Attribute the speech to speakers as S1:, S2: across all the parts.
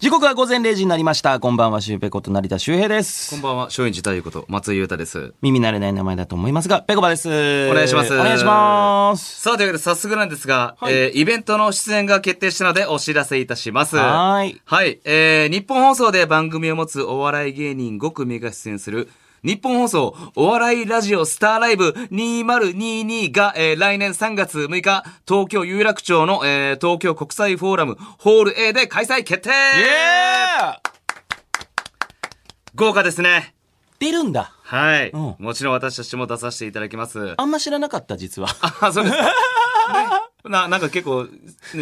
S1: 時刻は午前0時になりました。こんばんは、シュウペコと成田修平で
S2: こ
S1: す
S2: ん。ばんは、松陰寺太夫こと松井裕太です。
S1: 耳慣れない名前だと思いますが、ペコバです。お
S2: お願いします。
S1: お願いします。
S2: さあ、というわけで早速なんですが、
S1: はい
S2: えーイベントの出演が決定したのでお知らせいたします。
S1: はーい
S2: はい。えー日本放送で番組を持つお笑い芸人5組が出演する、日本放送お笑いラジオスターライブ2022が、えー来年3月6日、東京有楽町の、えー東京国際フォーラムホール A で開催決定
S1: イエー
S2: 豪華ですね。
S1: 出るんだ。
S2: はい、
S1: うん
S2: もちろん私たちも出させていただきます。
S1: あんま知らなかった、実は。
S2: あ、そ うですか。ねな、なんか結構、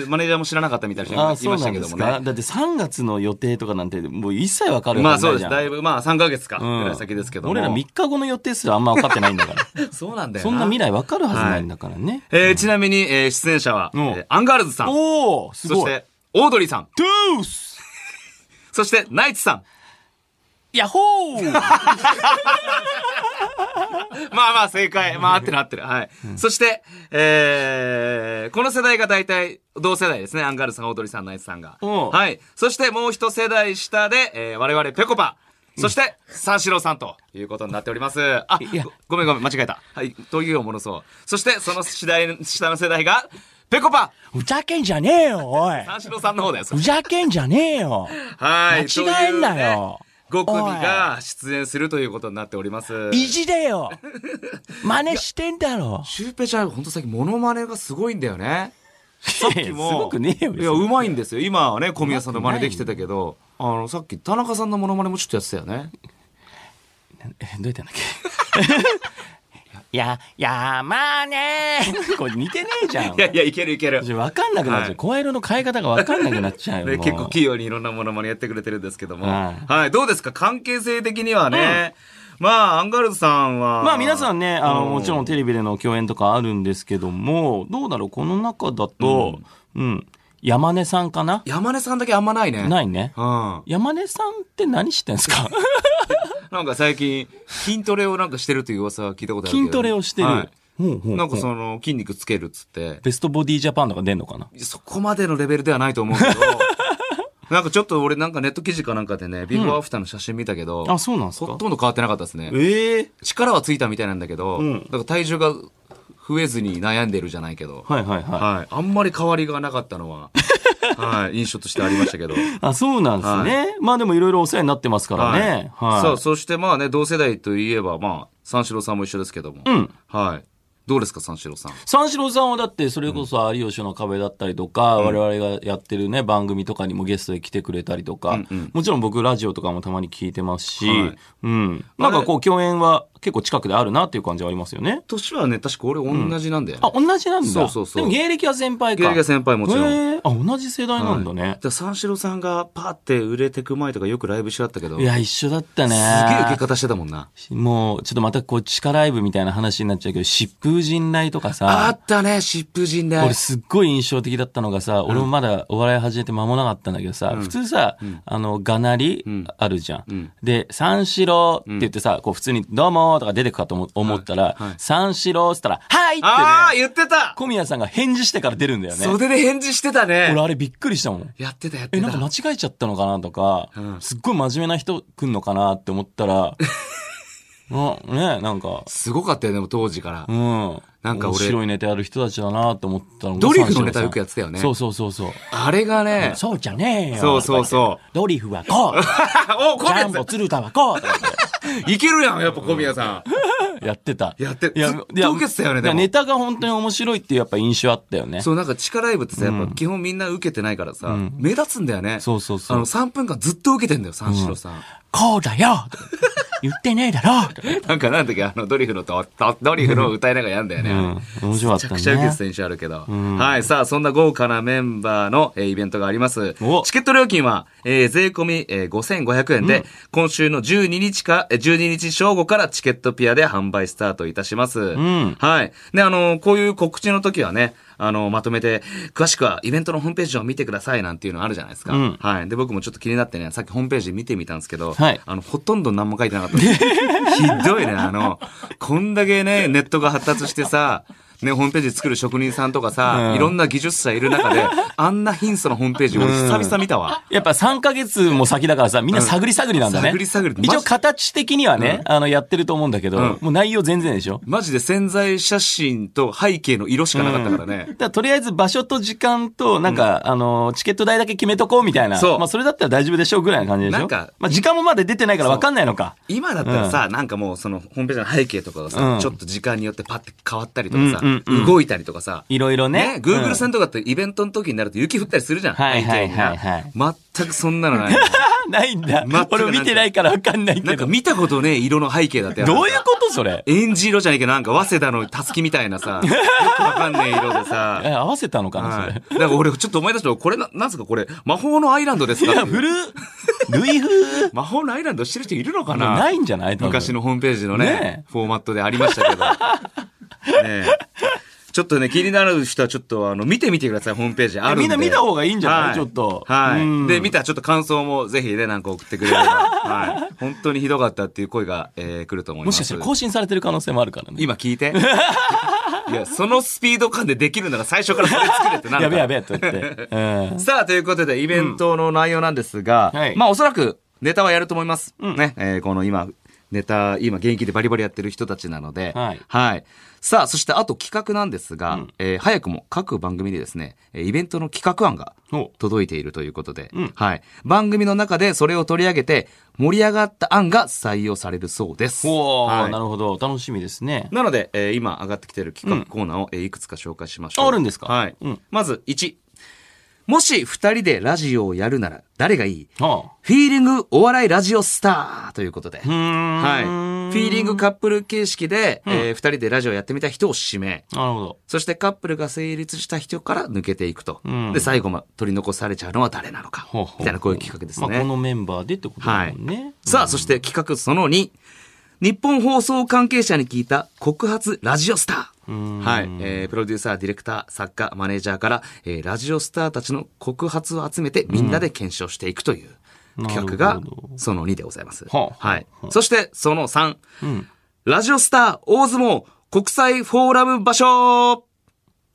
S2: マネージャーも知らなかったみたいな人
S1: あ
S2: が
S1: あ、
S2: い
S1: そう
S2: まし
S1: な
S2: た
S1: ん
S2: け
S1: で
S2: ど
S1: す
S2: も
S1: か。
S2: ね。
S1: だって3月の予定とかなんて、もう一切わかる
S2: ま
S1: わ
S2: あ
S1: けない
S2: そうで
S1: じゃん。
S2: す。だいぶ、まあ3ヶ月か。
S1: うん
S2: ぐらい先ですけども。
S1: 俺ら3日後の予定すらあんま分かってないんだ から。
S2: そうなんだよ
S1: そ
S2: な。
S1: んな未来分かるはずないんだからね。
S2: えーちなみに、えー出演者は、え
S1: ん
S2: ーアンガールズさん。
S1: おおす
S2: そし
S1: ごい。
S2: て、オードリーさん。
S1: トゥース
S2: そして、ナイツさん。
S1: ヤッホ ー
S2: まあまあ正解。まあ合ってる合ってる。はい。そして、えー、この世代が大体同世代ですね。アンガールズさん、オードリーさん、ナイツさんが。
S1: おう
S2: はい。そしてもう一世代下で、えー、我々ぺこぱ。そして、三四郎さんということになっております。あ
S1: いや、
S2: ごごめんごめん、間違えた。はい、というをもろそう。そして、その次第、下の世代が、ぺこぱ
S1: ふざけんじゃねえよ、おい
S2: 三四郎さんの方だよ、それ
S1: ふざけんじゃねえよ
S2: はい。
S1: 間違えんなよ
S2: というね、5組が出演するということになっております。
S1: 意地でよ真似してんだろ
S2: シュウペイちゃん、ほんと最近モノマネがすごいんだよね。
S1: さ
S2: さっきも
S1: すごくねえよ。
S2: いや、うまいんですよ。今はね、小宮さんの真似できてたけど、あの、さっき田中さんのモノマネもちょっとやってたよね。
S1: えどうやったんだっけ や、やまねーこれ似てねえじゃん。
S2: いやいや、いけるいける。
S1: じゃあわかんなくなっちゃう。
S2: はい
S1: 声色の変え方がわかんなくなっちゃうよ。
S2: ね、
S1: もう
S2: 結構器用にいろんなものまねやってくれてるんですけども。
S1: は
S2: はい、どうですか関係性的にはね。まあ、アンガールズさんは。
S1: まあ皆さんね、あの、
S2: う
S1: もちろんテレビでの共演とかあるんですけども、どうだろうこの中だと、うん、山根さんかな
S2: 山根さんだけあんまないね。い。
S1: ないね。
S2: うん。
S1: 山根さんって何してんす か
S2: なんか最近、筋トレをなんかしてるという噂は聞いたことあるけど、
S1: 筋トレをしてる。
S2: はい
S1: ほうほう
S2: なんかその、筋肉つけるっつって。
S1: ベストボディジャパンとか出んのかな
S2: そこまでのレベルではないと思うけど、 なんかちょっと俺なんかネット記事かなんかでね、ビフォーアフターの写真見たけど、
S1: あ、そうなんです
S2: ほ
S1: か
S2: とんど変わってなかったですね。
S1: ええ
S2: 力はついたみたいなんだけど、
S1: うん
S2: なんか体重が増えずに悩んでるじゃないけど、
S1: はいはいはい。
S2: はい。あんまり変わりがなかったのは、 はい、印象としてありましたけど。
S1: あ、そうなんですね。まあでもいろいろお世話になってますからね。はい。
S2: さあ、そしてまあね、同世代といえば、まあ、三四郎さんも一緒ですけども、
S1: ん
S2: はい。どうですか、三四郎さん。
S1: 三四郎さんはだってそれこそ有吉の壁だったりとか、我々がやってるね、番組とかにもゲストで来てくれたりとか、
S2: うんうん
S1: もちろん僕ラジオとかもたまに聞いてますし、
S2: はい
S1: うん。なんかこう共演は結構近くであるなっていう感じはありますよね。
S2: 年はね、確か俺同じなんだよね。
S1: あ、同じなんだ。
S2: そうそうそ
S1: で
S2: う
S1: も芸歴は先輩か。
S2: 芸歴は先輩もちろん
S1: へーあ、同じ世代なんだね。
S2: はいから三四郎さんがパーって売れてく前とかよくライブしだったけど、
S1: い、や、一緒だったね。
S2: すげえ受け方してたもんな。
S1: もう、ちょっとまたこう、地下ライブみたいな話になっちゃうけど、疾風陣雷とかさ。
S2: あったね、疾風陣で。
S1: 俺すっごい印象的だったのがさ、俺もまだお笑い始めて間もなかったんだけどさ、普通さ、あの、がなり
S2: ん
S1: あるじゃん。
S2: ん
S1: で、三四郎って言ってさ、こう普通に、どうもーとか出てくかと思思ったら、
S2: はいはい
S1: 三四郎っつったら、はいって
S2: ああ、
S1: ね、
S2: 言ってた、
S1: 小宮さんが返事してから出るんだよね。
S2: 袖で返事してたね
S1: 俺。あれびっくりしたもん。
S2: やってた、やって
S1: え、
S2: た。
S1: なんか間違えちゃったのかなとか、
S2: うん
S1: すっごい真面目な人来んのかなって思った ら、あね、なんか、
S2: すごかったよね、でも当時から
S1: う。ん。
S2: なんか
S1: 面
S2: 俺
S1: 白いネタやる人たちだなって思ったのが
S2: ドリフ
S1: 三四
S2: の
S1: 郎
S2: ネタ
S1: さん
S2: よくやってたよね。
S1: そうそうそうそう。
S2: あれがね、
S1: そうじゃねえよ。。
S2: そうそうそう
S1: ドリフはこう。
S2: お、
S1: ジ
S2: 小
S1: ャン
S2: 宮
S1: ボ鶴田はこうとか
S2: さん。いけるやん、やっぱ小宮さん。
S1: 言って。やってた。
S2: やって
S1: いや
S2: ずっと受けてたよね
S1: いや
S2: でも
S1: ネタが本当に面白いっていうやっぱ印象あったよね。
S2: そう、なんか地下ライブってさ、やっぱ基本みんな受けてないからさ、目立つんだよね。
S1: そうそうそう
S2: あの、3分間ずっと受けてんだよ、三四郎さん。
S1: こうだよとか言ってねえだろとか
S2: なんかなんだっけ、あの、ドリフのと、とドリフの歌いながらやんだよね。
S1: うん。面白かっ
S2: めちゃ
S1: た
S2: くちゃ受けて
S1: ね
S2: た。印象あるけど。はい。さあ、そんな豪華なメンバーの、えーイベントがあります。チ
S1: お
S2: ケット料金は、えー税込み、えー5500円で、今週の12日か、えー12日正午からチケットピアで販売スタートいたします。
S1: ん
S2: はい。ね、あのーこういう告知の時はね、あのーまとめて、詳しくはイベントのホームページを見てくださいなんていうのあるじゃないですか。
S1: うん
S2: はい。で、僕もちょっと気になってね、さっきホームページ見てみたんですけど、
S1: はい
S2: あの、ほとんど何も書い てなかった。ひどいね、あの、こんだけね、ネットが発達してさ、ね、ホームページ作る職人さんとかさ、
S1: うん
S2: いろんな技術者いる中で、あんな貧相なホームページ、俺久々見たわ。
S1: やっぱ3ヶ月も先だからさ、みんな探り探りなんだね。
S2: うん探り探り
S1: 一応形的にはね、あの、やってると思うんだけど、
S2: ん
S1: もう内容全然でしょ
S2: マジで潜在写真と背景の色しかなかったからね。
S1: だからとりあえず場所と時間と、なんか、あの、チケット代だけ決めとこうみたいな。
S2: そう
S1: まあ、それだったら大丈夫でしょうぐらいな感じでしょ
S2: なんか
S1: まあ、時間もまだ出てないから分かんないのか。
S2: 今だったらさ、なんかもうそのホームページの背景とかがさ、
S1: うん
S2: ちょっと時間によってパッて変わったりとかさ、
S1: うんうんうん
S2: 動いたりとかさ、
S1: いろいろね。
S2: ね、Google さ
S1: ん。
S2: んとかってイベントの時になると雪降ったりするじゃん。
S1: はいはい
S2: 背景にな
S1: はいはい
S2: 全くそんなのない。
S1: ないんだ
S2: 全くなん。か
S1: 俺見てないから分かんない
S2: な
S1: け
S2: んか
S1: ど。
S2: 見たことねえ色の背景だったよ。
S1: どういうことそれ。
S2: エンジ色じゃねえけど、なんか早稲田のたすきみたいなさ、 よくわかんねえ色で
S1: え
S2: さ。
S1: 合わせたのかな、そ
S2: は
S1: れ。
S2: いだから俺ちょっと思い出したのこれな、なんすかこれ、魔法のアイランドですか
S1: いや、古ルイ風
S2: 魔法のアイランドしてる人いるのかな
S1: ないんじゃない
S2: 昔
S1: の。
S2: のホームページのね、
S1: ね
S2: フォーマットでありましたけど。ねえちょっとね、気になる人はちょっと、あの、見てみてください、ホームページあるんで。
S1: みんな見た方がいいんじゃない
S2: は
S1: ちょっとう
S2: は
S1: ん
S2: い。で、見たらちょっと感想もぜひね、なんか送ってくれれば。はい。本当にひどかったっていう声が、えー来ると思い
S1: も
S2: ます。
S1: しかしたら更新されてる可能性もあるからね。
S2: 今聞いて。 いや、そのスピード感でできるなら最初からそれ作れってなる
S1: や
S2: か
S1: べ
S2: ら
S1: やべと言って。うん。
S2: さあ、ということで、イベントの内容なんですが、
S1: うんはい
S2: まあ、おそらく、ネタはやると思います。
S1: うん
S2: ね、えーこの今、ネタ、今、現役でバリバリやってる人たちなので、
S1: はい
S2: さあ、そして、あと企画なんですが、
S1: うん
S2: えー早くも各番組でですね、えーイベントの企画案が
S1: お
S2: 届いているということで、
S1: うん
S2: はい。番組の中でそれを取り上げて、盛り上がった案が採用されるそうです。
S1: おー、
S2: はい
S1: なるほど。楽しみですね。
S2: なので、えー今上がってきている企画コーナーを、えーいくつか紹介しましょう。
S1: ああるんですか
S2: はい。
S1: うん
S2: まず、1。もし二人でラジオをやるなら誰がいい
S1: はあ。
S2: フィーリングお笑いラジオスターということで。
S1: うーん。
S2: はい。フィーリングカップル形式で、えー二人でラジオやってみた人を指名。
S1: なるほど。
S2: そしてカップルが成立した人から抜けていくと。
S1: うん
S2: で、最後ま、取り残されちゃうのは誰なのか。
S1: ほうほう
S2: みたいなこういう企画ですね。
S1: まあ、このメンバーでってことだもんね。
S2: さあ、そして企画その2。日本放送関係者に聞いた告発ラジオスター。
S1: うん
S2: はい。えープロデューサー、ディレクター、作家、マネージャーから、えーラジオスターたちの告発を集めてみんなで検証していくという企画
S1: な
S2: が
S1: るほど
S2: その2でございます。
S1: はあ
S2: はい。そしてその3。
S1: うん。
S2: ラジオスター大相撲国際フォーラム場所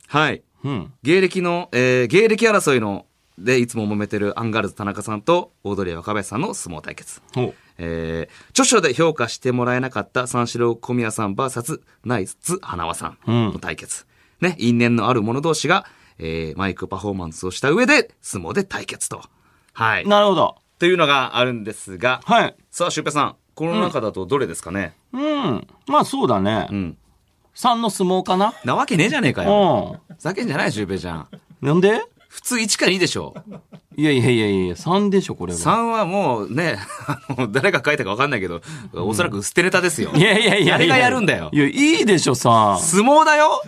S2: はい。
S1: うん。
S2: 芸歴の、えー芸歴争いの、で、いつも揉めてるアンガールズ田中さんと、オードリー若林さんの相撲対決。
S1: ほ。。
S2: えー著書で評価してもらえなかった三四郎小宮さん VS ナイツ花輪さんの対決。ね、因縁のある者同士が、えーマイクパフォーマンスをした上で相撲で対決と。はいう
S1: なるほど。
S2: というのがあるんですが、
S1: はい。
S2: さあ、シュウペイさん、この中だとどれですかね、
S1: うん。まあ、そうだね。
S2: ん
S1: 3の相撲かな
S2: なわけねえじゃねえかよ。
S1: う
S2: ふざけんじゃない、シュウペイちゃん。
S1: ん。なんで
S2: 普通1か2でしょ。
S1: いやいやいやいや、3でしょ、これは。
S2: 3はもうね、あの誰が書いたかわかんないけど、おそらく捨てネタですよ。
S1: いやいやいやいや。
S2: 誰がやるんだよ
S1: いや、いいでしょ、さ。
S2: 相撲だよ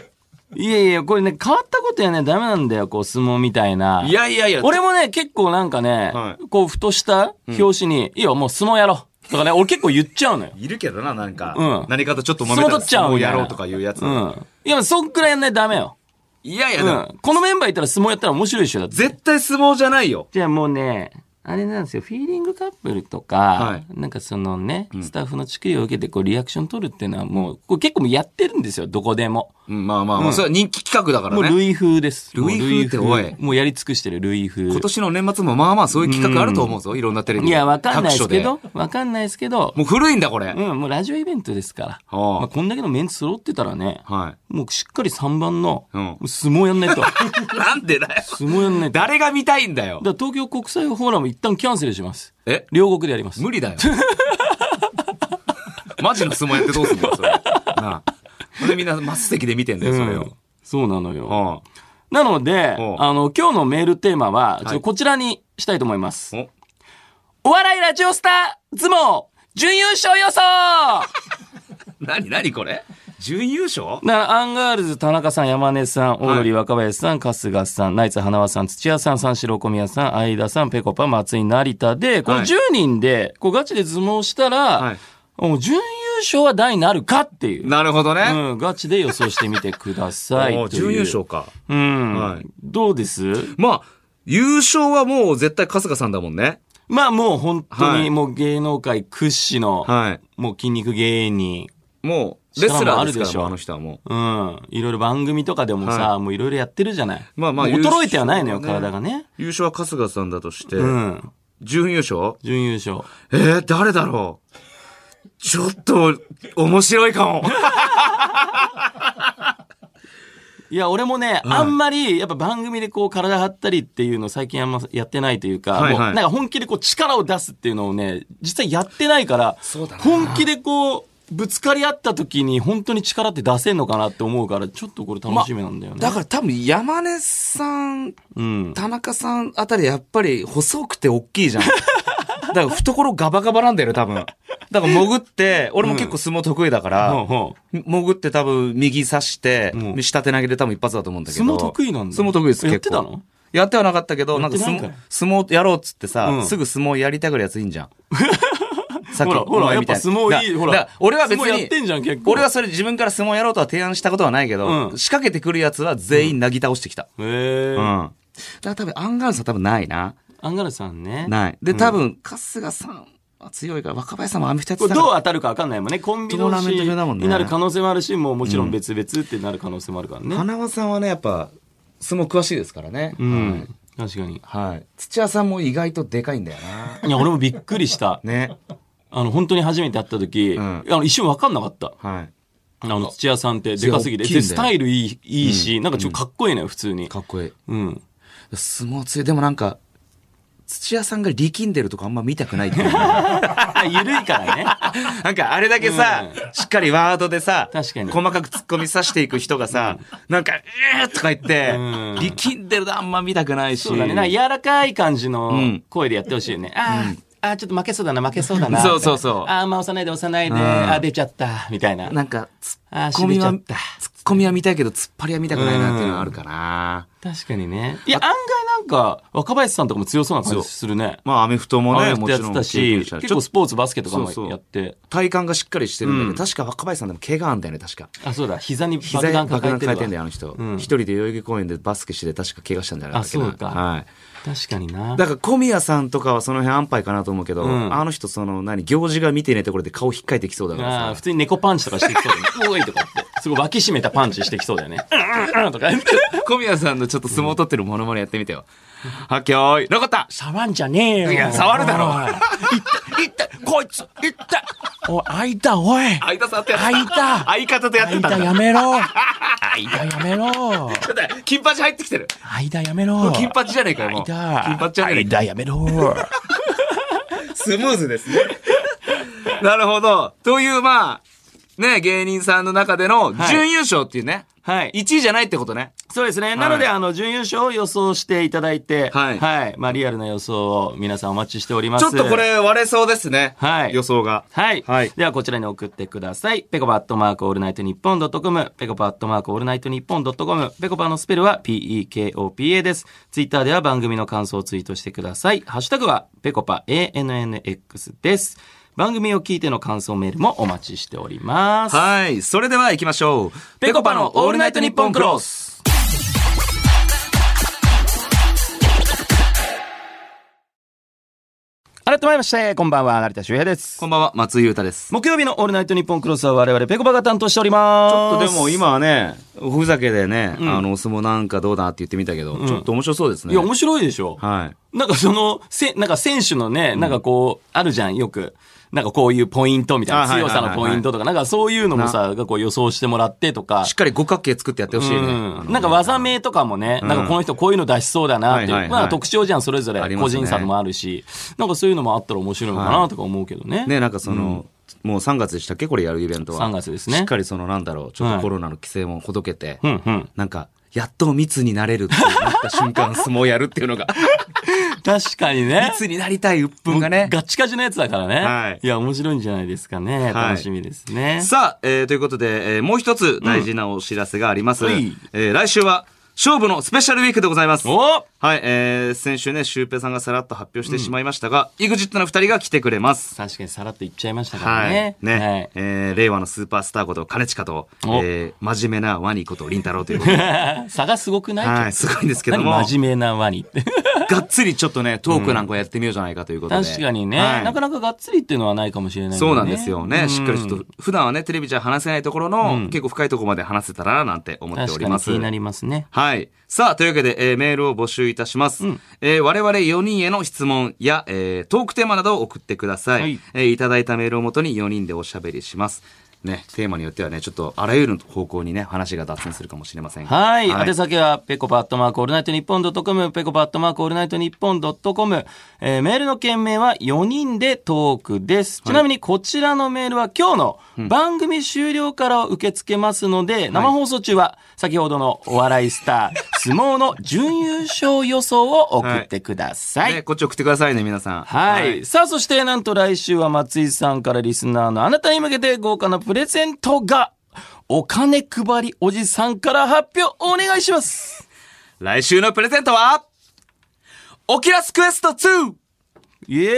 S1: いやいや、これね、変わったことやね、ダメなんだよ、こう、相撲みたいな。
S2: いやいやいや、
S1: 俺もね、結構なんかね、
S2: はい
S1: こう、ふとした表紙に、いいよ、もう相撲やろう。とかね、俺結構言っちゃうのよ。
S2: いるけどな、なんか。
S1: うん
S2: 何かとちょっと揉めたら
S1: 相撲取っちゃう
S2: 相撲
S1: みたい
S2: や
S1: な
S2: ろうとか いうやつ。
S1: うん。いや、そんくらいやんないとダメよ。
S2: いやいうや、でも、
S1: ん。このメンバーいたら相撲やったら面白いでしょ、だって。
S2: 絶対相撲じゃないよ。
S1: じゃあもうね、あれなんですよ、フィーリングカップルとか、
S2: はい
S1: なんかそのね、スタッフのチクリを受けてこうリアクション取るっていうのはもう、これ結構もうやってるんですよ、どこでも。
S2: うん、まあまあまあ、それは人気企画だから
S1: もう
S2: ね。
S1: 類風です。
S2: 類風って
S1: もう類
S2: おい
S1: もうやり尽くしてる、類風。
S2: 今年の年末もまあまあそういう企画あると思うぞ。いろんなテレビ
S1: いや、わかんないですけ。
S2: 各
S1: ど、わかんないですけど
S2: 所、もう古いんだ、これ。
S1: うん、もうラジオイベントですから。
S2: ああ
S1: まあ、こんだけのメンツ揃ってたらね、
S2: は
S1: もうしっかり3番の、
S2: うん
S1: もう相撲やんない と。
S2: い。なんでだよ。
S1: 相撲やんないと。だか
S2: 誰が見たいんだよ。
S1: ら東京国際フォーラム一旦キャンセルします。
S2: え
S1: 両国でやります。
S2: 無理だよ。 マジの相撲やってどうすんだよ、それ。なあ。それみんな末席で見てんだよ、それ
S1: うん
S2: を。
S1: そうなのよ。
S2: あ
S1: なので、
S2: おう
S1: あの、今日のメールテーマは、ちょっ
S2: はい
S1: とこちらにしたいと思います。
S2: あ。
S1: お笑いラジオスター相撲準優勝予想
S2: なになにこれ準優勝
S1: なアンガールズ田中さん、山根さん、オードリー若林さん、春日さん、ナイツ花輪さん、土屋さん、三四郎小宮さん、相田さん、ぺこぱ、松井成田で、この
S2: はい
S1: 10人で、こうガチで相撲したら、
S2: はい
S1: もう準優勝は誰になるかっていう。
S2: なるほどね。
S1: うん、ガチで予想してみてください。
S2: おー
S1: という
S2: 準優勝か。
S1: うん、
S2: はい
S1: どうです
S2: まあ、優勝はもう絶対春日さんだもんね。
S1: まあもう本当
S2: はい
S1: にもう芸能界屈指の、
S2: はい。
S1: もう筋肉芸人、
S2: もう、レスラー
S1: 力もある
S2: ですか
S1: で
S2: ら
S1: し
S2: もう
S1: ょ
S2: あの人はも
S1: う
S2: う。
S1: ん。いろいろ番組とかでもさ、もういろいろやってるじゃない。
S2: まあまあ
S1: もう衰えてはないのよ、
S2: 優勝はね
S1: 体がね。
S2: 優勝は春日さんだとして、
S1: うん。
S2: 準優勝
S1: 準優勝。
S2: えー、誰だろうちょっと、面白いかも。
S1: いや、俺もね、あんまり、やっぱ番組でこう体張ったりっていうの最近あんまやってないというか、
S2: はいはい
S1: もうなんか本気でこう力を出すっていうのをね、実際やってないから、
S2: そうだな
S1: 本気でこう、ぶつかり合った時に本当に力って出せんのかなって思うから、ちょっとこれ楽しみなんだよね。
S2: だから多分山根さん、
S1: うん。
S2: 田中さんあたりやっぱり細くて大きいじゃん。だから懐ガバガバなんだよね、多分。だから潜って、俺も結構相撲得意だから、
S1: ほうほう
S2: 潜って多分右刺して、
S1: うん
S2: 下手投げで多分一発だと思うんだけど。
S1: 相撲得意なんだ
S2: 相撲得意です、
S1: やって
S2: 結構
S1: たの
S2: やってはなかったけど、
S1: や
S2: なん
S1: っ
S2: か
S1: てな
S2: 相
S1: いんかい
S2: 撲、相撲やろうっつってさ、
S1: うん
S2: すぐ相撲やりたがるやついいん じゃん。さ
S1: ほら、ほ
S2: お
S1: ら、
S2: 前
S1: やっ
S2: みた
S1: ぱ
S2: いな
S1: 相撲いい、
S2: だ
S1: ほ
S2: だ
S1: ら
S2: か。俺は別
S1: 相撲やって
S2: に、
S1: んじゃん、結構。
S2: 俺はそれ自分から相撲やろうとは提案したことはないけど、
S1: うん
S2: 仕掛けてくるやつは全員なぎ倒してきた。
S1: へ
S2: う
S1: え
S2: ん。だから多分、アンガールズは多分ないな。
S1: アンガールズさんね。
S2: ない。で、多分、春日さんは強いから、若林さんもアメフトやって
S1: これ
S2: た
S1: どう
S2: か
S1: 当たるか分かんないもんね。コンビ同
S2: トーナメント
S1: 士
S2: 表だもんね
S1: になる可能性もあるし、もうもちろん別々ってなる可能性もあるから
S2: ら。
S1: ね。
S2: 花輪さんはね、やっぱ、相撲詳しいですからね。
S1: うん。確かに。
S2: はい。はい。土屋さんも意外とでかいんだよな。
S1: いや、俺もびっくりした。
S2: ね。
S1: あの、本当に初めて会った時、
S2: うん
S1: あの一瞬分かんなかった。
S2: はい。
S1: あの、土屋さんってでかすぎて。
S2: 大きいんだ
S1: で、
S2: よ
S1: スタイルいい、いいし、なんかちょっとかっこいいのよ、普通に。
S2: かっこいい。
S1: うん。
S2: 相撲強い。でもなんか、土屋さんが力んでるとかあんま見たくないっていう ね
S1: あ、ゆるいから ね。
S2: なんかあれだけさ、しっかりワードでさ、
S1: 確かに
S2: 細かく突っ込みさしていく人がさ、なんか、えーとか言って、
S1: うん
S2: 力んでるとあんま見たくないし。
S1: そうだね。なんか柔らかい感じの
S2: ん
S1: 声でやってほしいよね。あーあー、ちょっと負けそうだな、負けそうだな。
S2: そうそうそう
S1: あー、まあ押さないで押さないで、
S2: うん
S1: あー、出ちゃった、みたいな。
S2: なんか、ツ
S1: あー、
S2: ッコ
S1: しび
S2: ミ
S1: ちゃ
S2: は、
S1: っ
S2: ツ
S1: た
S2: ッ。コミは見たいけど、突っ張りは見たくないなっていうのはあるかな。
S1: 確かにね。いや、案外なんか、若林さんとかも強そうな感じするね。
S2: まあ、アメフトも
S1: あ
S2: ね、
S1: や
S2: も
S1: っ
S2: ち
S1: て
S2: ろ
S1: や
S2: ん
S1: って
S2: 経
S1: た
S2: 験
S1: し、
S2: 者。
S1: 結構スポーツ、バスケとか
S2: そうそ
S1: も
S2: う
S1: やって。
S2: 体幹がしっかりしてるんだけ
S1: うん
S2: ど、確か若林さんでも怪我あんだよね、確か。
S1: あ、そうだ、膝に爆
S2: 膝
S1: 弾抱
S2: 爆弾
S1: えて
S2: 抱えてん
S1: るわ。
S2: だよ、あの人。一、
S1: うん
S2: 人で代々木公園でバスケして、確か怪我したんじゃない
S1: あそうか
S2: はい。
S1: 確かにな。
S2: だから小宮さんとかはその辺安牌かなと思うけど、
S1: うん
S2: あの人その何、行事が見てねえところで顔引っかいてきそうだから
S1: あー
S2: さ。
S1: 普通に猫パンチとかしてきそうだね。おいとかって。すごい脇締めたパンチしてきそうだよね。うんうんとか。
S2: 小宮さんのちょっと相撲取ってるモノマネやってみて よ。はっきょーい。残った
S1: 触んじゃねえよ。
S2: いや、触るだろ。
S1: おい
S2: いった、いった、こいつ、いった。
S1: おい、開いた、おい。
S2: 相田さんってやつ
S1: 開いた
S2: 相方とやっ
S1: 開
S2: て
S1: い
S2: た
S1: た、
S2: んだ。
S1: やめろ。開いた、やめろ。
S2: ちょっと金八入ってきてる。
S1: 開いた、やめろ。
S2: 金八じゃねえかよ、
S1: 開
S2: もう。
S1: い
S2: 金
S1: た。
S2: 八じゃねえ
S1: 開い
S2: か。
S1: た、やめろ。
S2: スムーズですね。 なるほど。という、まあ、ね、芸人さんの中での
S1: はい
S2: 準優勝っていうね。
S1: はい。
S2: 1位じゃないってことね。
S1: そうですね。なので、あの、準優勝を予想していただいて、
S2: はい
S1: まあ、リアルな予想を皆さんお待ちしておりま
S2: ち
S1: す。
S2: ょっとこ。れ割れそうですね。
S1: はい
S2: 予想が。
S1: はい。
S2: はい
S1: では、こちらに送ってください。ペコパアットマークオールナイトニッポンドットコム、ペコパアットマークオールナイトニッポンドットコム、ペコパのスペルは PEKOPA です。ツイッターでは番組の感想をツイートしてください。ハッシュタグは、ペコパ ANNX です。番組を聞いての感想メールもお待ちしております。
S2: はい。それでは行きましょう。
S1: ぺこぱのオールナイトニッポンクロ
S2: ス。
S1: 改めまして、こんばんは、成田修平です。
S2: こんばんは、松井裕太です。ち
S1: 木曜日のオールナイトニッポンクロスは我々ペコパが担当しております。
S2: ょっとでも。今はね、おふざけでね、
S1: ん
S2: あの、お相撲なんかどうだって言ってみたけど、
S1: ん
S2: ちょっと面白そうですね。
S1: いや、面白いでしょ。
S2: はい。
S1: なんかその、せ、なんか選手のね、なんかこう、あるじゃん、よく。なんかこういうポイントみたい
S2: あ
S1: な、
S2: はい
S1: 強さのポイントとか、なんかそういうのもさ、がこう予想してもらってとか
S2: しっ。かり五角形作ってやってほしいね。あ
S1: うん、
S2: の
S1: なんか技名とかもね、なんかこの人こういうの出しそうだなっていう、
S2: はいはいはい
S1: まあ特徴じゃん、それぞ
S2: あ
S1: れ。
S2: りま
S1: 個
S2: すね
S1: 人差もあるし、なんかそういうのもあったら面白いのかなとか思うけどね。
S2: ね、なんかその、もう3月でしたっけこれやるイベントは。
S1: 3月ですね
S2: しっかりその、なんだろう、ちょっとコロナの規制もほどけて、
S1: うんうん。
S2: なんか、やっと密になれるってなった瞬間、相撲やるっていう のが、
S1: 確かにね。
S2: 密になりたい鬱憤がね。
S1: ガッチカチのやつだからね。
S2: はい
S1: いや、面白いんじゃないですかね。
S2: はい
S1: 楽しみですね。
S2: さあ、えーということで、えーもう一つ大事なお知らせがあります。
S1: うんはい
S2: えー来週は、勝負のスペシャルウィークでございます。
S1: お
S2: はい、えー、先週ね、シュウペイさんがさらっと発表してしまいましたが、EXIT の二人が来てくれます。
S1: 確かにさらっと言っちゃいましたから
S2: はい。ね
S1: ね。。
S2: えー令和のスーパースターこと、兼近と、
S1: お
S2: えー、真面目なワニこと、凛太郎とい う。
S1: はい。差がすごくない
S2: はい、すごいんですけども。
S1: 何真面目なワニって。
S2: がっつりちょっとね、トークなんかやってみようじゃないかということで。
S1: 確かにね、
S2: はい
S1: なかなかがっつりっていうのはないかもしれない、ね。
S2: そうなんですよね。しっかりちょっ
S1: と。
S2: と、普段はね、テレビじゃ話せないところの、結構深いところまで話せたらな、なんて思ってお
S1: 確
S2: り
S1: か
S2: ま
S1: に気。
S2: す
S1: になりますね。
S2: はい。さあ、というわけで、えーメールを募集いたします。えー我々4人への質問や、えートークテーマなどを送ってください。
S1: はい
S2: えーいただいたメールをもとに4人でおしゃべりします。ね、テーマによってはね、ちょっとあらゆる方向にね、話が脱線するかもしれませんが
S1: はい。宛先は、ペコパットマークオールナイトニッポンドットコム、ペコパットマークオールナイトニッポンドットコム。えーメールの件名は4人でトークです。ちなみに、こちらのメールは今日の番組終了から受け付けますので、生放送中は、先ほどのお笑いスター、相撲の準優勝予想を送ってください
S2: ね、。こっち送ってくださいね、皆さん。
S1: はい、さあ、そしてなんと来週は松井さんからリスナーのあなたに向けて豪華なプレゼントが、お金配りおじさんから発表お願いします。
S2: 来週のプレゼントは、オキュラスクエスト 2!
S1: イエ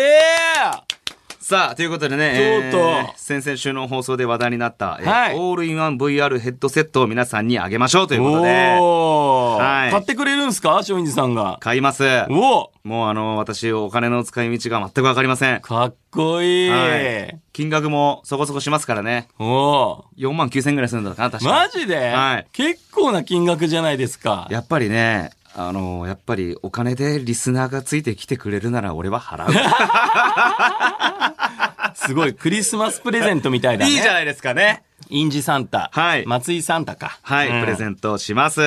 S2: さあ、ということでね、
S1: とうとう
S2: ー先々週の放送で話題になった、えー
S1: はい
S2: オールインワン VR ヘッドセットを皆さんにあげましょうとい
S1: ー
S2: うことで、
S1: おー、
S2: はい
S1: 買ってくれるんですか松陰寺さんが。
S2: 買います。
S1: おお
S2: もうあの、私、お金の使い道が全くわかりません。
S1: かっこいい、
S2: はい。金額もそこそこしますからね。
S1: おお
S2: 4万9000円ぐらいするんだかな、確か
S1: マジで、
S2: はい
S1: 結構な金額じゃないですか。
S2: やっぱりね、あの、やっぱりお金でリスナーがついてきてくれるなら俺は払う。
S1: すごい、クリスマスプレゼントみ たいだね。
S2: いいじゃないですかね。
S1: インジサンタ。
S2: はい
S1: 松井サンタか。
S2: はい、
S1: うん
S2: プレゼントします。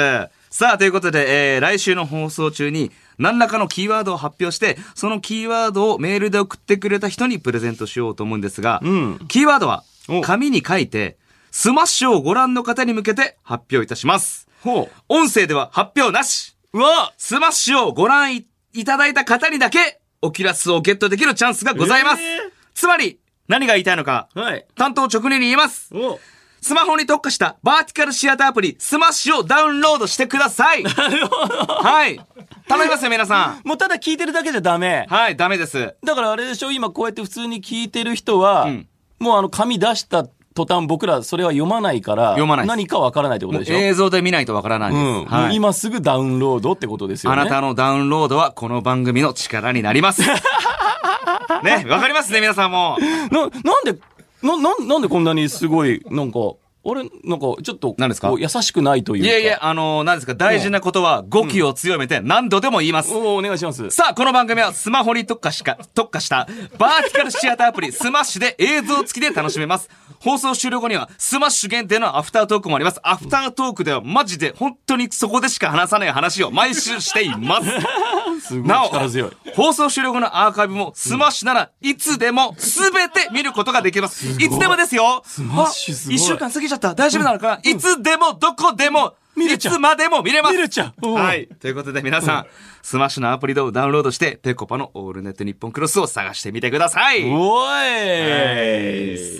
S2: さあ、ということで、えー、来週の放送中に、何らかのキーワードを発表して、そのキーワードをメールで送ってくれた人にプレゼントしようと思うんですが、
S1: ん
S2: キーワードは
S1: お、
S2: 紙に書いて、スマッシュをご覧の方に向けて発表いたします。
S1: ほ
S2: 音声では発表なし
S1: う。うわ
S2: スマッシュをご覧いいただいた方にだけ、オキュラスをゲットできるチャンスがございます。
S1: えー
S2: つまり、何が言いたいのか、
S1: はい。
S2: 担当直入に言います。
S1: お
S2: スマホに特化したバーティカルシアターアプリ、スマッシュをダウンロードしてください。はい。頼みますよ、皆さん。
S1: もうただ聞いてるだけじゃダメ。
S2: はい、ダメです。
S1: だからあれでしょ今こうやって普通に聞いてる人は、
S2: ん
S1: もうあの紙出した途端僕らそれは読まないから、
S2: 読まないです
S1: 何かわからないってことでしょ、
S2: 映像で見ないとわからないです。
S1: うん。も
S2: は
S1: う
S2: い。
S1: 今すぐダウンロードってことですよ
S2: あ
S1: ね。
S2: なたのダウンロードはこの番組の力になり ます。ね、わかりますね、皆さんも。
S1: な、なんで、な、な、なんでこんなにすごい、なんか、あれ、なんかちょっと、
S2: 何ですか
S1: こう優しくないという
S2: い
S1: か。
S2: やいや、あのー、何ですか、大事なことは語気を強めて何度でも言います。
S1: お。お願いします。
S2: さあ、この番組はスマホに特化しか、特化した、バーティカルシアターアプリ、 スマッシュで映像付きで楽しめます。放送終了後には、スマッシュ限定のアフタートークもあります。アフタートークでは、マジで、本当にそこでしか話さない話を毎週しています。
S1: すごい
S2: なお
S1: 力強い。、
S2: 放送終了後のアーカイブも、スマッシュならいつでも全て見ることができます。いつでもですよス
S1: マッシュすごい
S2: 一週間過ぎちゃった大丈夫なのかな、いつでも、どこでも、
S1: 見れちゃう
S2: いつまでも見れます
S1: 見れちゃうおう
S2: はい。ということで皆さん、スマッシュのアプリをダウンロードして、ぺこぱのオールネット日本クロスを探してみてください。
S1: おい、